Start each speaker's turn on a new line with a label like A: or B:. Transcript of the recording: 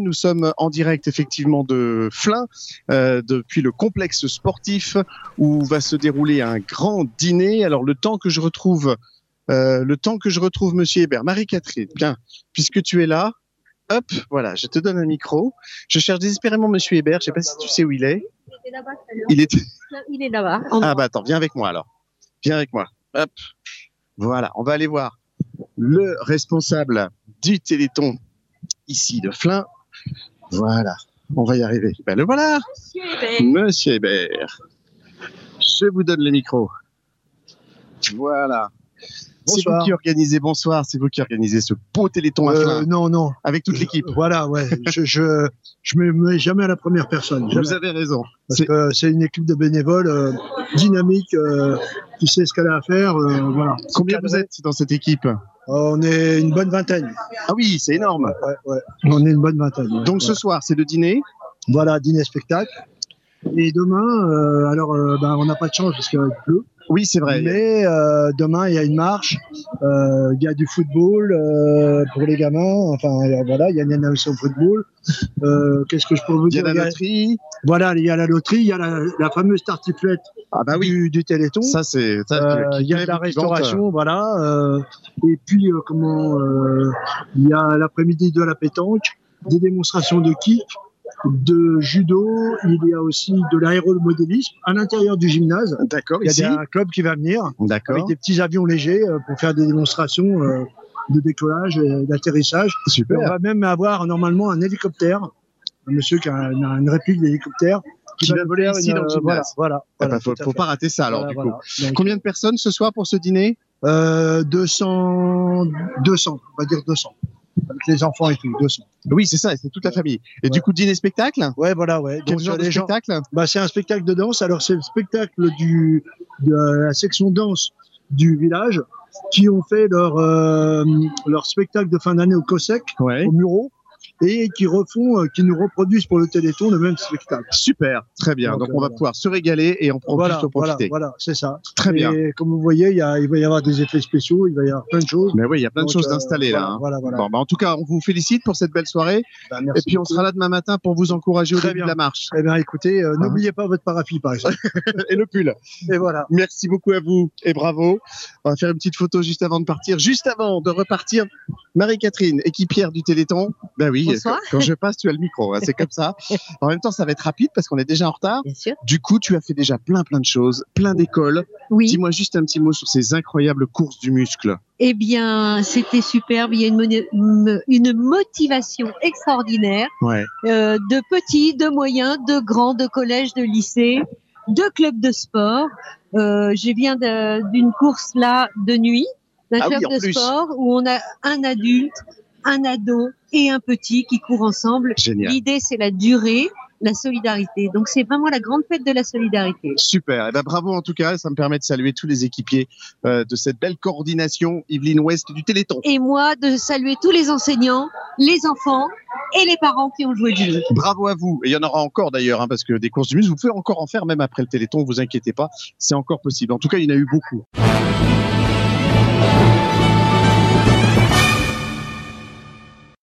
A: Nous sommes en direct effectivement de Flins, euh, depuis le complexe sportif où va se dérouler un grand dîner. Alors le temps que je retrouve, euh, le temps que je retrouve Monsieur Hébert, Marie-Catherine, bien, puisque tu es là, hop, voilà, je te donne un micro. Je cherche désespérément Monsieur Hébert. Je sais pas si tu sais où il est. Il est.
B: Il est là-bas.
A: Ah bah attends, viens avec moi alors. Viens avec moi. Hop. Voilà, on va aller voir le responsable du Téléthon ici de Flins. Voilà, on va y arriver. Ben le voilà,
B: Monsieur Hébert.
A: Monsieur Hébert. Je vous donne le micro. Voilà. C'est vous
C: Bonsoir.
A: qui organisez, bonsoir, c'est vous qui organisez ce beau Téléthon à
C: Euh,
A: Flins
C: non, non.
A: avec toute l'équipe.
C: Voilà, ouais. je, je, je me mets jamais à la première personne. jamais.
A: Vous avez raison.
C: Parce
A: C'est-
C: que c'est une équipe de bénévoles euh, dynamique euh, qui sait ce qu'elle a à faire. euh, voilà.
A: Combien
C: cadré.
A: vous êtes dans cette équipe
C: On est une bonne vingtaine.
A: Ah oui, c'est énorme.
C: Ouais, ouais. On est une bonne vingtaine. ouais.
A: Donc ce
C: Voilà.
A: soir, c'est le dîner.
C: voilà, dîner spectacle. Et demain, euh, alors, euh, ben, on n'a pas de chance parce qu'il pleut.
A: Oui, c'est vrai.
C: Mais euh, demain, il y a une marche. euh, Il y a du football euh, pour les gamins. Enfin, euh, voilà, il y a une annonce au football. Euh, Qu'est-ce que je peux vous
A: Il y a la
C: dire Il y a-
A: loterie.
C: Voilà, il y a la loterie, il y a la, la fameuse tartiflette
A: Ah bah oui.
C: du, du Téléthon.
A: Ça c'est. ça,
C: Euh,
A: qui-
C: il y a
A: qui-
C: de la
A: qui vante,
C: restauration, voilà. euh, et puis, euh, comment euh, Il y a l'après-midi de la pétanque, des démonstrations de kick, de judo. Il y a aussi de l'aéromodélisme à l'intérieur du gymnase.
A: euh, D'accord.
C: Il y a
A: Ici.
C: des- un club qui va venir avec
A: D'accord.
C: des petits avions légers euh, pour faire des démonstrations euh, de décollage, et d'atterrissage. Et
A: Super. Eh
C: on va même avoir normalement un hélicoptère, un monsieur qui a un- une, réplique d'hélicoptère
A: Qui va
C: nous
A: voler
C: faire
A: ici dans le gymnase.
C: Voilà, voilà.
A: Ah
C: voilà,
A: bah, faut,
C: tout à
A: faut
C: fait.
A: pas rater ça alors
C: Voilà,
A: du
C: voilà.
A: coup.
C: Donc,
A: Combien de personnes ce soir pour ce dîner
C: euh, 200, 200, on va dire 200. Avec les enfants et tout, 200.
A: Oui, c'est ça, c'est toute la
C: Ouais.
A: famille. Et du
C: Ouais.
A: coup, dîner spectacle
C: Ouais, voilà, ouais.
A: Quel
C: Donc,
A: genre de
C: les gens-
A: spectacle
C: bah, c'est un spectacle de danse. Alors, c'est le spectacle du, de la section danse du village qui ont fait leur, euh, leur spectacle de fin d'année au COSEC,
A: Ouais.
C: au Muro, et qui refont, euh, qui nous reproduisent pour le Téléthon le même spectacle.
A: Super, très bien.
C: Donc,
A: Donc, on va
C: voilà.
A: pouvoir se régaler et en profiter.
C: Voilà,
A: en
C: voilà,
A: profiter.
C: voilà, c'est ça.
A: Très bien.
C: Et comme vous voyez, il, y a, il va y avoir des effets spéciaux, il va y avoir plein de choses.
A: Mais oui, il y a plein de
C: Donc,
A: choses
C: euh,
A: d'installées là.
C: voilà,
A: hein.
C: Voilà, voilà.
A: Bon, bah, en tout cas, on vous félicite pour cette belle soirée.
C: Bah,
A: Et
C: merci
A: puis, on
C: beaucoup.
A: sera là demain matin pour vous encourager au
C: Très
A: début
C: bien.
A: de la marche.
C: Eh bien, écoutez, euh, n'oubliez pas votre parapluie, par exemple.
A: Ah, hein. Et le pull.
C: Et voilà.
A: Merci beaucoup à vous et bravo. On va faire une petite photo juste avant de partir. Juste avant de repartir, Marie-Catherine, équipière du Téléthon. Ben oui,
B: Bonsoir.
A: quand je passe, tu as le micro. hein, c'est comme ça. En même temps, ça va être rapide parce qu'on est déjà en retard.
B: Bien sûr.
A: Du coup, tu as fait déjà plein, plein de choses, plein d'écoles.
B: Oui.
A: Dis-moi juste un petit mot sur ces incroyables courses du muscle.
B: Eh bien, c'était superbe. Il y a une, moni- une- une motivation extraordinaire
A: Ouais.
B: euh, de petits, de moyens, de grands, de collèges, de lycées, de clubs de sport. Euh, je viens de- d'une course là de nuit, d'un
A: Ah oui,
B: club
A: en
B: de
A: plus.
B: sport où on a un adulte, un ado et un petit qui courent ensemble.
A: Génial.
B: L'idée, c'est la durée, la solidarité. Donc, c'est vraiment la grande fête de la solidarité.
A: Super. Et ben bravo en tout cas. Ça me permet de saluer tous les équipiers euh, de cette belle coordination Yveline Ouest du Téléthon.
B: et moi de saluer tous les enseignants, les enfants et les parents qui ont joué du jeu.
A: Bravo à vous. Et il y en aura encore d'ailleurs, hein, parce que des courses du muscle, vous pouvez encore en faire même après le Téléthon, vous inquiétez pas, c'est encore possible. En tout cas, il y en a eu beaucoup.